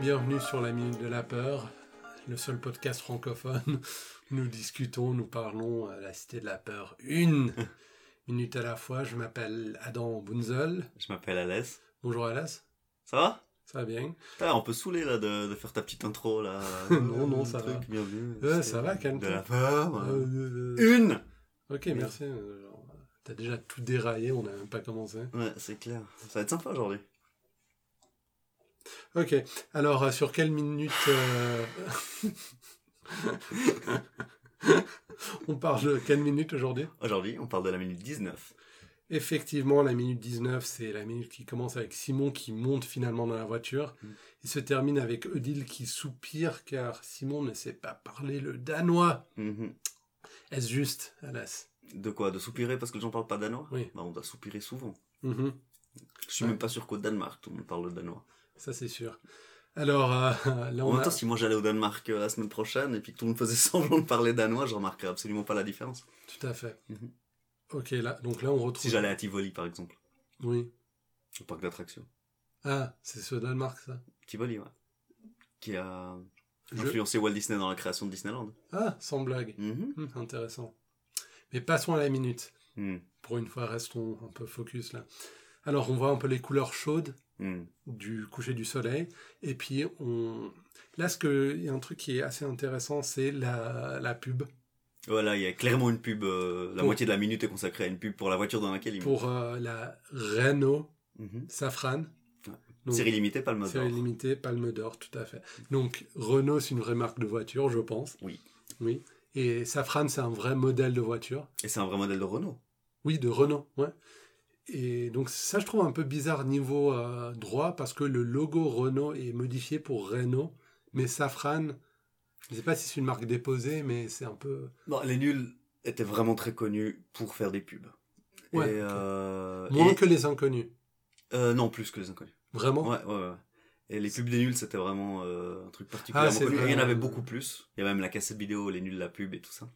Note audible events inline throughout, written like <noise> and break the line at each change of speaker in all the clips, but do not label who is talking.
bienvenue sur la Minute de la Peur, le seul podcast francophone où nous discutons, nous parlons à la Cité de la Peur une minute à la fois. Je m'appelle Adam Bunzel.
Je m'appelle Alès.
Bonjour Alès,
Ça va
ça va bien
Putain, On peut saouler là de, de faire ta petite intro là.
<laughs> Non, non,
Un
ça va.
bienvenue.
Euh,
C'est
ça va, calme-toi.
De la peur. euh,
Euh, euh,
Une
Ok, merci. euh, genre, T'as déjà tout déraillé, on n'a même pas commencé.
Ouais, c'est clair. Ça va être sympa aujourd'hui.
Ok, alors euh, sur quelle minute euh, <laughs> on parle de quelle minute aujourd'hui
Aujourd'hui, on parle de la minute 19.
Effectivement, la minute 19, c'est la minute qui commence avec Simon qui monte finalement dans la voiture
Mm.
et se termine avec Odile qui soupire car Simon ne sait pas parler le danois.
Mhm.
Est-ce juste, Alas
De quoi De soupirer parce que les gens parlent pas danois
Oui.
Bah, on doit soupirer souvent.
Mhm,
Je suis
Ouais.
même pas sûr qu'au Danemark, tout le monde parle le danois.
Ça, c'est sûr. Alors, euh, <laughs> là,
en
on
même
a...
temps, si moi j'allais au Danemark euh, la semaine prochaine et puis que tout le monde faisait <laughs> semblant de parler danois, je remarquerais absolument pas la différence.
Tout à fait.
Mhm.
Ok, là, donc là, on retrouve...
Si j'allais à Tivoli par exemple,
Oui.
au parc d'attractions.
Ah, c'est ce Danemark, ça
Tivoli, ouais. Qui a
Je-
influencé Walt Disney dans la création de Disneyland.
Ah, sans blague.
Mhm.
Hmm, intéressant. Mais passons à la minute.
Mhm.
Pour une fois, restons un peu focus, là. Alors, on voit un peu les couleurs chaudes.
Mhm.
du coucher du soleil. Et puis, on... là, ce que... il y a un truc qui est assez intéressant, c'est la... la pub
Voilà, il y a clairement une pub. euh, la
Pour-
moitié de la minute est consacrée à une pub pour la voiture dans laquelle il
pour euh, la Renault
Mhm.
Safran.
Ouais.
Donc,
Série limitée, Palme d'Or.
série limitée, Palme d'Or, tout à fait. Donc, Renault, c'est une vraie marque de voiture, je pense.
Oui.
Oui. Et Safran, c'est un vrai modèle de voiture.
Et c'est un vrai modèle de Renault.
Oui, de Renault, ouais. Et donc, ça, je trouve un peu bizarre niveau euh, droit, parce que le logo Renault est modifié pour Renault, mais Safran, je ne sais pas si c'est une marque déposée, mais c'est un peu...
Non, les nuls étaient vraiment très connus pour faire des pubs.
Ouais,
Et, euh,
Moins
et-
que Oh. les inconnus.
euh, non, plus que les inconnus.
Vraiment
Ouais, ouais, ouais. Et les pubs des nuls, c'était vraiment euh, un truc
Ah,
particulièrement
c'est
connu. Et il y en
vrai,
avait
ouais.
beaucoup plus. Il y a même la cassette vidéo, les nuls, la pub et tout ça.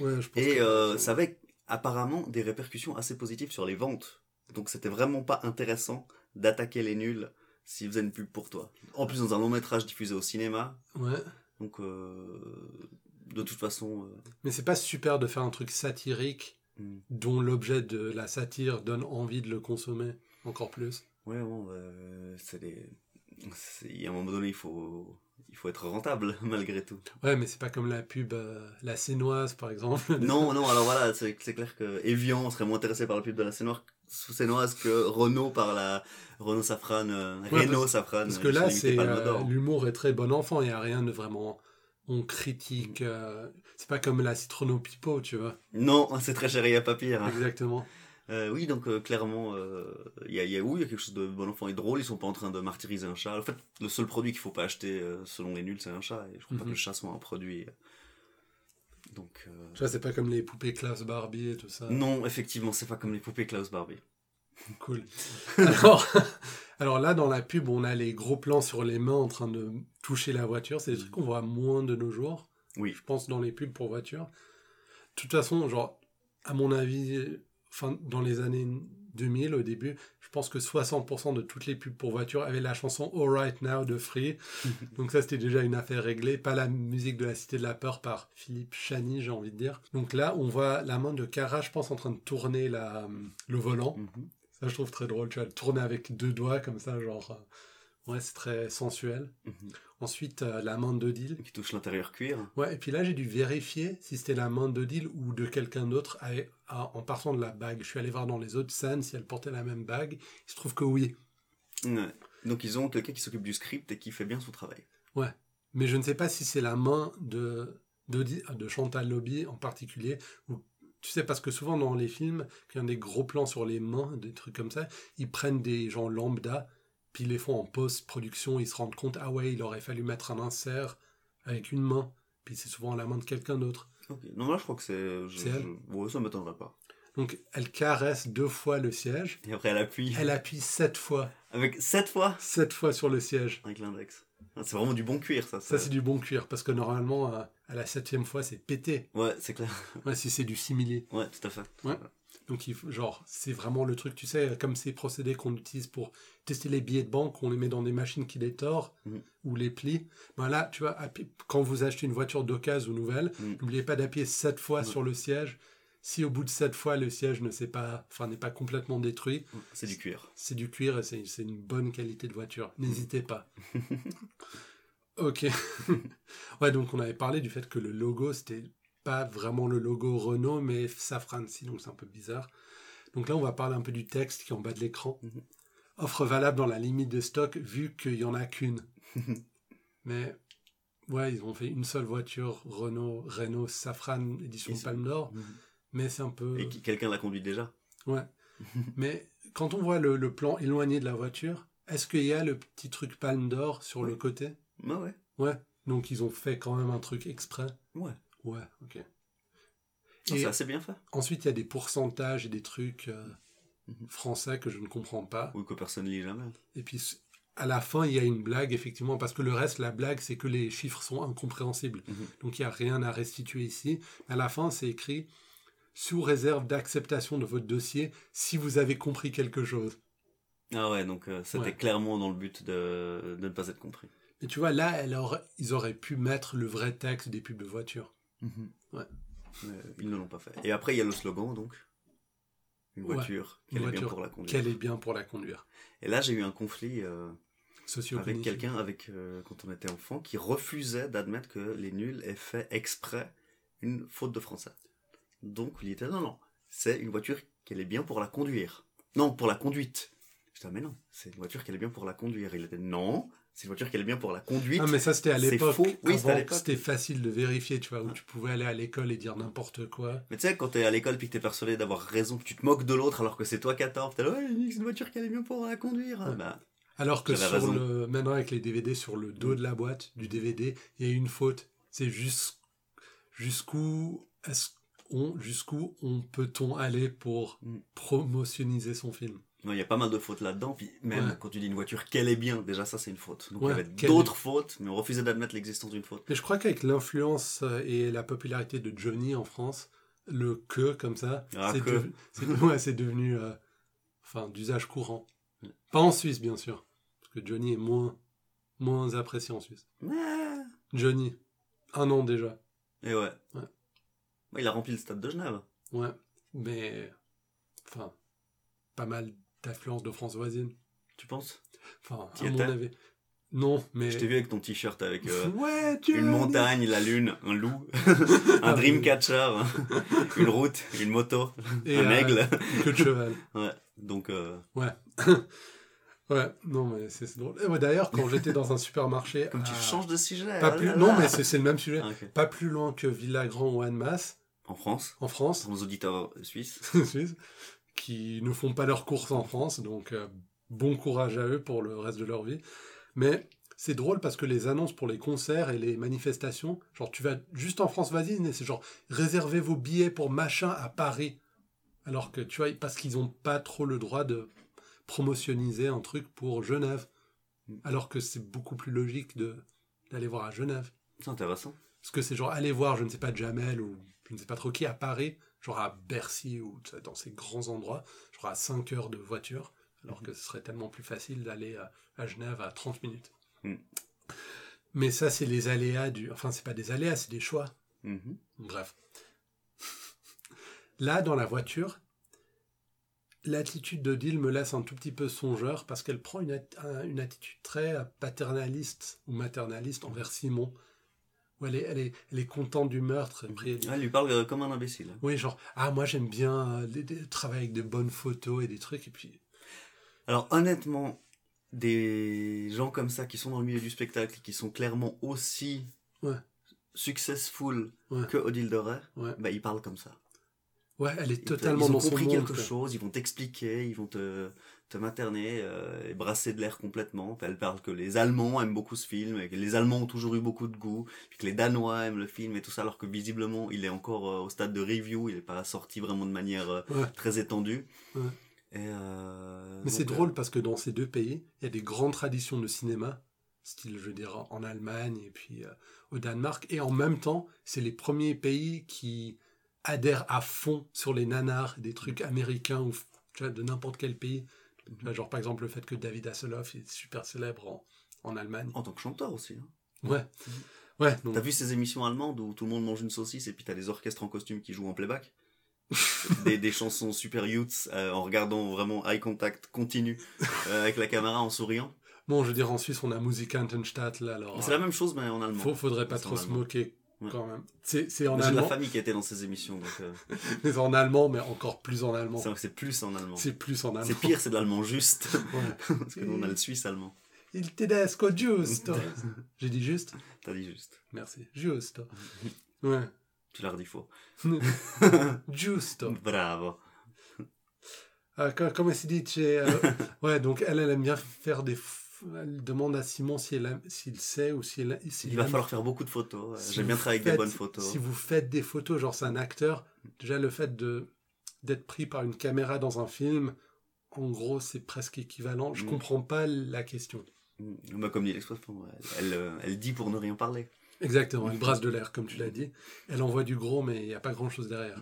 Ouais, je pense
Et
que-
euh, ça avait apparemment des répercussions assez positives sur les ventes. Donc c'était vraiment pas intéressant d'attaquer les nuls s'ils faisaient une pub pour toi. En plus, dans un long métrage diffusé au cinéma,
Ouais.
donc euh, de toute façon. euh,
Mais c'est pas super de faire un truc satirique
hmm.
dont l'objet de la satire donne envie de le consommer encore plus.
ouais, bon, euh, c'est des. c'est- Il y a un moment donné, il faut, il faut être rentable <laughs>
<laughs>
malgré tout.
Ouais, mais c'est pas comme la pub, euh, la sénoise, par exemple.
Non, non, alors voilà, c'est c'est clair que Evian serait moins intéressé par la pub de la Sénoire sous Sénoise que Renault par la Renault Safran, euh,
Ouais,
Renault Safran.
Parce que là,
qui se limitait
c'est
pas le mot
euh,
d'ordre.
l'humour est très bon enfant. Il n'y a rien de vraiment. On critique.
Mm.
euh, c'est pas comme la Citrono Pipo, tu vois.
Non, <laughs> c'est très cher, il n'y a pas pire. hein.
Exactement.
Euh, oui, donc euh, clairement, euh, il y a, il y a- oui, il y a quelque chose de bon enfant et drôle, ils sont pas en train de martyriser un chat. En fait, le seul produit qu'il faut pas acheter, euh, selon les nuls, c'est un chat, et je crois pas
Mhm.
que le chat soit un produit. euh. Donc, euh,
Tu vois, c'est pas comme les poupées classe Barbie et tout ça.
non, effectivement, c'est pas comme les poupées Klaus Barbie.
Cool. <laughs> Alors, alors là, dans la pub, on a les gros plans sur les mains en train de toucher la voiture. C'est des trucs qu'on voit moins de nos jours.
Oui.
Je pense dans les pubs pour voiture. De toute façon, genre, à mon avis, enfin, dans les années 2000, au début, je pense que 60% de toutes les pubs pour voiture avaient la chanson All Right Now de Free. Donc ça, c'était déjà une affaire réglée. Pas la musique de la Cité de la Peur par Philippe Chani, j'ai envie de dire. Donc là, on voit la main de Cara, je pense, en train de tourner la, le volant.
Mhm.
Ça, je trouve très drôle. Tu vas le tourner avec deux doigts comme ça, genre. euh, Ouais, c'est très sensuel.
Mhm.
Ensuite, euh, la main d'Odile.
Qui touche l'intérieur cuir.
Ouais, et puis là, j'ai dû vérifier si c'était la main d'Odile ou de quelqu'un d'autre à- à- en partant de la bague. Je suis allé voir dans les autres scènes si elle portait la même bague. Il se trouve que oui.
Ouais. Donc ils ont quelqu'un qui s'occupe du script et qui fait bien son travail.
Mais je ne sais pas si c'est la main de, d'Odile- de Chantal Lobby en particulier. Ou, tu sais, parce que souvent dans les films, quand il y a des gros plans sur les mains, des trucs comme ça, ils prennent des gens lambda, puis ils les font en post-production, ils se rendent compte, ah ouais, il aurait fallu mettre un insert avec une main. Puis c'est souvent la main de quelqu'un d'autre.
Ok. Non, là, je crois que c'est. euh, je-
C'est elle.
je- Ouais, ça m'étonnerait pas.
Donc elle caresse deux fois le siège.
Et après, elle appuie.
Elle appuie sept fois.
Avec sept fois
Sept fois sur le siège.
Avec l'index. Ah, C'est vraiment du bon cuir, ça.
Ça, c'est du bon cuir, parce que normalement, euh, à la septième fois, c'est pété.
Ouais, c'est clair.
Ouais, si c'est du simili.
Ouais, tout à fait.
Ouais. Donc, il, faut- genre, c'est vraiment le truc, tu sais, comme ces procédés qu'on utilise pour tester les billets de banque, on les met dans des machines qui les tordent
Mhm.
ou les plient. Ben là, tu vois, appuie- quand vous achetez une voiture d'occasion ou nouvelle,
Mhm.
n'oubliez pas d'appuyer sept fois
Ouais.
sur le siège. Si au bout de sept fois, le siège ne s'est pas, enfin, n'est pas complètement détruit,
C'est du cuir.
c'est du cuir et c'est c'est une bonne qualité de voiture. N'hésitez pas. <laughs> ok. <laughs> ouais, donc on avait parlé du fait que le logo, c'était pas vraiment le logo Renault, mais Safrancy, donc c'est un peu bizarre. Donc là, on va parler un peu du texte qui est en bas de l'écran.
Mhm.
Offre valable dans la limite de stock, vu qu'il y en a
<laughs>
qu'une. mais ouais, ils ont fait une seule voiture Renault, Renault, Safran, édition
Et c'est-
Palme d'Or, mais c'est un peu.
Et qui- quelqu'un la conduit déjà.
Mais quand on voit le, le plan éloigné de la voiture, est-ce qu'il y a le petit truc palme d'or sur le
Oui.
côté
Bah ouais.
Ouais. Donc ils ont fait quand même un truc exprès.
Ouais.
Ouais, ok.
Non,
Et-
Ah, C'est assez bien fait.
Ensuite, il y a des pourcentages et des trucs euh,
Mhm.
français que je ne comprends pas.
Ou que personne lit jamais.
Et puis s- à la fin, il y a une blague, effectivement, parce que le reste, la blague, c'est que les chiffres sont incompréhensibles.
Mhm.
Donc il n'y a rien à restituer ici. À la fin, c'est écrit sous réserve d'acceptation de votre dossier si vous avez compris quelque chose.
Ah ouais, donc euh, c'était
Ouais.
clairement dans le but de, de ne pas être compris.
Mais tu vois, là, elle aura- ils auraient pu mettre le vrai texte des pubs de voiture. Mhm. Ouais.
Mais euh, ils ne l'ont pas fait. Et après, il y a le slogan, donc. Une
Ouais.
voiture.
Une
Qu'elle est bien
voiture.
pour la conduire.
Qu'elle est bien pour la conduire.
Et là, j'ai eu un conflit euh,
socio
avec quelqu'un, avec euh, quand on était enfant, qui refusait d'admettre que les nuls aient fait exprès une faute de français. Donc, il était non, non, c'est une voiture qu'elle est bien pour la conduire. Non, pour la conduite. Je disais, mais non, c'est une voiture qu'elle est bien pour la conduire. Il était non, c'est une voiture qu'elle est bien pour la conduite.
Ah, mais ça, c'était à
C'est
l'époque.
faux. Oui, c'était à
Avant,
l'époque.
C'était facile de vérifier, tu vois, où
Ah.
tu pouvais aller à l'école et dire n'importe quoi.
Mais tu sais, quand t'es à l'école puis que t'es persuadé d'avoir raison, que tu te moques de l'autre alors que c'est toi qui as tort, t'es là, ouais, il dit que c'est une voiture qu'elle est bien pour la conduire. Ah,
Ouais.
bah,
Alors que
J'avais
sur
raison. Mm.
le, maintenant, avec les DVD, sur le dos de la boîte du DVD, il y a une faute. C'est juste jusqu'où est-ce on, jusqu'où on peut-on aller pour
Mm.
promotionniser son film
non, il y a pas mal de fautes là-dedans. Puis même
Ouais.
quand tu dis une voiture qu'elle est bien, déjà ça c'est une faute. Donc il y
Ouais,
avait
qu'elle
d'autres fautes, mais on refusait d'admettre l'existence d'une faute.
Mais je crois qu'avec l'influence euh, et la popularité de Johnny en France, le que comme ça,
Ah,
c'est
que.
dev- c'est de- <laughs> ouais, c'est devenu euh, enfin, d'usage courant. Pas en Suisse, bien sûr, parce que Johnny est moins, moins apprécié en Suisse.
Ah.
Johnny, un an déjà.
Et ouais.
Ouais.
Ouais, Il a rempli le stade de Genève.
Ouais, mais enfin, pas mal d'affluence de France voisine.
Tu penses
Enfin,
T'y
à mon
étais
avis. Non, mais.
Je t'ai vu avec ton t-shirt avec euh,
Ouais, Johnny
une montagne, la lune, un
<laughs>
loup, <laughs> un
Ah, <laughs>
dreamcatcher, une route, une moto,
et,
un
euh,
aigle. <laughs>
Que de cheval.
Ouais. Donc euh,
Ouais, non, mais c'est c'est drôle. Et ouais, D'ailleurs, quand j'étais dans un supermarché.
comme tu
à-
changes de sujet.
Ah. pas
oh
plus,
là
Non,
là.
mais c'est c'est le même sujet.
Ah, ok.
Pas plus loin que Villagrand ou Annemasse,
En France.
en France,
pour nos auditeurs suisses.
Suisse, qui ne font pas leurs courses en France. Donc, euh, bon courage à eux pour le reste de leur vie. Mais c'est drôle parce que les annonces pour les concerts et les manifestations, genre, tu vas juste en France voisine et c'est genre, réservez vos billets pour machin à Paris. Alors que, tu vois, parce qu'ils n'ont pas trop le droit de promotionniser un truc pour Genève. Alors que c'est beaucoup plus logique de d'aller voir à Genève.
C'est intéressant.
Parce que c'est genre aller voir, je ne sais pas, Jamel ou je ne sais pas trop qui à Paris, genre à Bercy ou tu sais, dans ces grands endroits, genre à 5 heures de voiture, alors que ce serait tellement plus facile d'aller à, à Genève à 30 minutes.
Mm.
Mais ça, c'est les aléas du. Enfin, c'est pas des aléas, c'est des choix.
Mhm.
Bref. <laughs> Là, dans la voiture, l'attitude de Deal me laisse un tout petit peu songeur parce qu'elle prend une, at- un- une attitude très euh, paternaliste ou maternaliste envers Simon. Où elle est, elle est, elle est contente du meurtre. et puis elle dit,
Ah, il lui parle euh, comme un imbécile.
oui, genre, ah, moi j'aime bien euh, les- les- travailler avec de bonnes photos et des trucs. Et puis,
Alors honnêtement, des gens comme ça qui sont dans le milieu du spectacle, qui sont clairement aussi
Ouais.
successful
Ouais.
que Odile Doré,
Ouais.
bah, ils parlent comme ça.
ouais, elle est
Ils te-
totalement
ils ont
dans son
compris
monde.
quelque
quoi.
chose, ils vont t'expliquer, ils vont te, te materner euh, et brasser de l'air complètement. Enfin, elle parle que les Allemands aiment beaucoup ce film, et que les Allemands ont toujours eu beaucoup de goût, puis que les Danois aiment le film et tout ça, alors que visiblement il est encore euh, au stade de review, il n'est pas sorti vraiment de manière euh,
Ouais.
très étendue.
Ouais.
Et, euh,
Mais c'est
donc,
drôle parce que dans ces deux pays, il y a des grandes traditions de cinéma, style, je veux dire, en Allemagne et puis euh, au Danemark. Et en même temps, c'est les premiers pays qui adhèrent à fond sur les nanars des trucs
Mhm.
américains ou tu vois, de n'importe quel pays. Tu vois, Genre par exemple le fait que David Hasselhoff est super célèbre en, en Allemagne.
En tant que chanteur aussi. hein.
Ouais. Ouais, donc,
T'as vu ces émissions allemandes où tout le monde mange une saucisse et puis t'as les orchestres en costume qui jouent en playback
<laughs>
des, des chansons super youths euh, en regardant vraiment eye contact continu euh, avec la caméra en souriant.
bon, je veux dire, en Suisse, on a Musikantenstadt, là, alors. euh,
C'est la même chose mais en allemand.
Faut- faudrait pas
C'est en
trop se
allemand.
moquer,
Ouais.
quand même. C'est c'est en
J'ai de la
allemand,
famille qui était dans ces émissions donc euh,
mais en allemand, mais encore plus en allemand.
c'est- c'est plus en allemand.
C'est plus en allemand.
C'est pire, c'est de
<laughs>
l'allemand juste.
Ouais.
Parce que nous on a le suisse allemand.
Il oh, tedesco
<laughs>
giusto. J'ai dit juste
T'as dit juste.
Merci.
<laughs>
Giusto. Ouais. <laughs>
Tu l'as redit faux.
Giusto.
Bravo.
Ah, co- comme elle s'est dit, chez,
<laughs>
euh, ouais, donc elle, elle aime bien faire des. f- Elle demande à Simon s'il aime- s'il sait ou s'il s'il
Il va
aime.
falloir faire beaucoup de photos.
Si
J'aime bien
vous
travailler avec des
faites-
bonnes photos.
Si vous faites des photos, genre c'est un acteur, déjà le fait de d'être pris par une caméra dans un film, en gros, c'est presque équivalent. Je
Mm.
comprends pas la question.
Mm. Bah, comme dit l'Express, bon, elle, elle, euh, elle dit pour ne rien parler.
Exactement,
Mm.
elle brasse de l'air, comme tu l'as dit. Elle envoie du gros, mais il n'y a pas grand-chose derrière.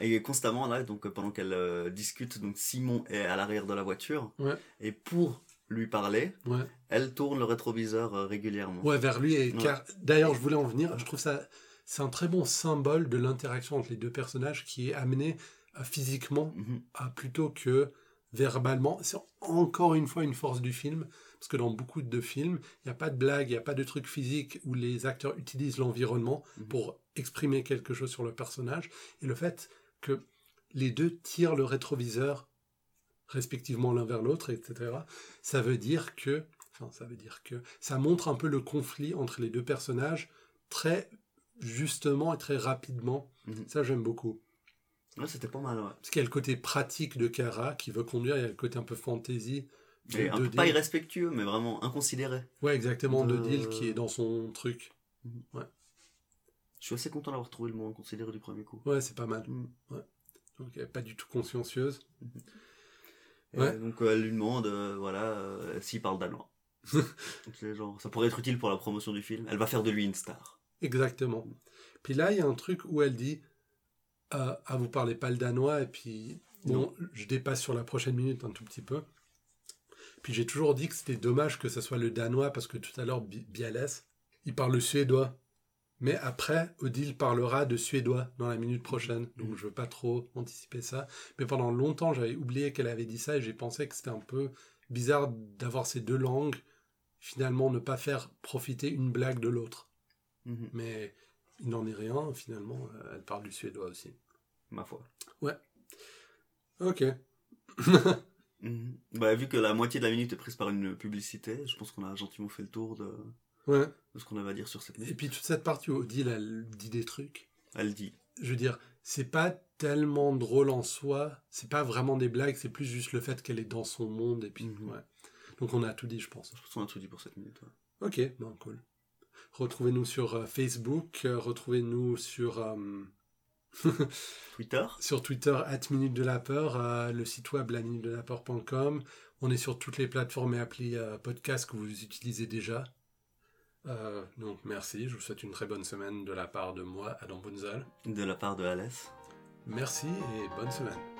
Et elle est constamment là, donc euh, pendant qu'elle euh, discute, donc Simon est à l'arrière de la voiture.
Ouais.
Et pour lui parler,
Ouais.
elle tourne le rétroviseur euh, régulièrement.
Ouais, vers lui. Et
Ouais.
car d'ailleurs, je voulais en venir. Je trouve ça, c'est un très bon symbole de l'interaction entre les deux personnages qui est amené euh, physiquement
Mhm.
euh, plutôt que verbalement. C'est encore une fois une force du film parce que dans beaucoup de films, il n'y a pas de blague, il n'y a pas de truc physique où les acteurs utilisent l'environnement
Mhm.
pour exprimer quelque chose sur le personnage. Et le fait que les deux tirent le rétroviseur respectivement l'un vers l'autre, etc. Ça veut dire que, enfin, ça veut dire que ça montre un peu le conflit entre les deux personnages très justement et très rapidement.
Mhm.
Ça, j'aime beaucoup.
Ouais, c'était pas mal, ouais.
Parce qu'il y a le côté pratique de Kara qui veut conduire, il y a le côté un peu fantaisie. de-
Et un
de
peu pas
Deal.
irrespectueux, mais vraiment inconsidéré.
Ouais, exactement, de...
de-
Deal qui est dans son truc.
Je suis assez content d'avoir trouvé le mot inconsidéré du premier coup.
Ouais, c'est pas mal.
Mm.
Ouais. Donc, elle est pas du tout consciencieuse.
Et
Ouais.
donc euh, elle lui demande, euh, voilà, euh, s'il
<laughs>
parle danois. Donc, c'est genre, ça pourrait être utile pour la promotion du film. Elle va faire de lui une star.
Exactement. Puis là, il y a un truc où elle dit euh, Ah, vous parlez pas le danois, et puis bon, je dépasse sur la prochaine minute un tout petit peu. Puis j'ai toujours dit que c'était dommage que ce soit le danois, parce que tout à l'heure, Bi- Bialès, il parle le suédois. Mais après, Odile parlera de suédois dans la minute prochaine. Donc
Mhm.
je veux pas trop anticiper ça. Mais pendant longtemps, j'avais oublié qu'elle avait dit ça et j'ai pensé que c'était un peu bizarre d'avoir ces deux langues, finalement ne pas faire profiter une blague de l'autre.
Mhm.
Mais il n'en est rien, finalement. euh, Elle parle du suédois aussi.
Ma foi.
Ok.
Mhm. Bah, vu que la moitié de la minute est prise par une publicité, je pense qu'on a gentiment fait le tour de,
Ouais.
de ce qu'on avait à dire sur cette
Et
musique.
puis toute cette partie où Odile, elle dit des trucs.
Elle dit.
Je veux dire, c'est pas tellement drôle en soi. C'est pas vraiment des blagues, c'est plus juste le fait qu'elle est dans son monde. Et puis,
Mhm.
ouais. Donc on a tout dit, je pense.
Je pense qu'on a tout dit pour cette minute. ouais.
Ok, bon, cool. Retrouvez-nous sur euh, Facebook, euh, retrouvez-nous sur, euh,
Twitter
sur Twitter, at Minute de la Peur, euh, le site web la minute de la peur.com. On est sur toutes les plateformes et applis euh, podcast que vous utilisez déjà. Euh, donc merci, je vous souhaite une très bonne semaine de la part de moi, Adam Bunzel.
de la part de Alès.
Merci et bonne semaine.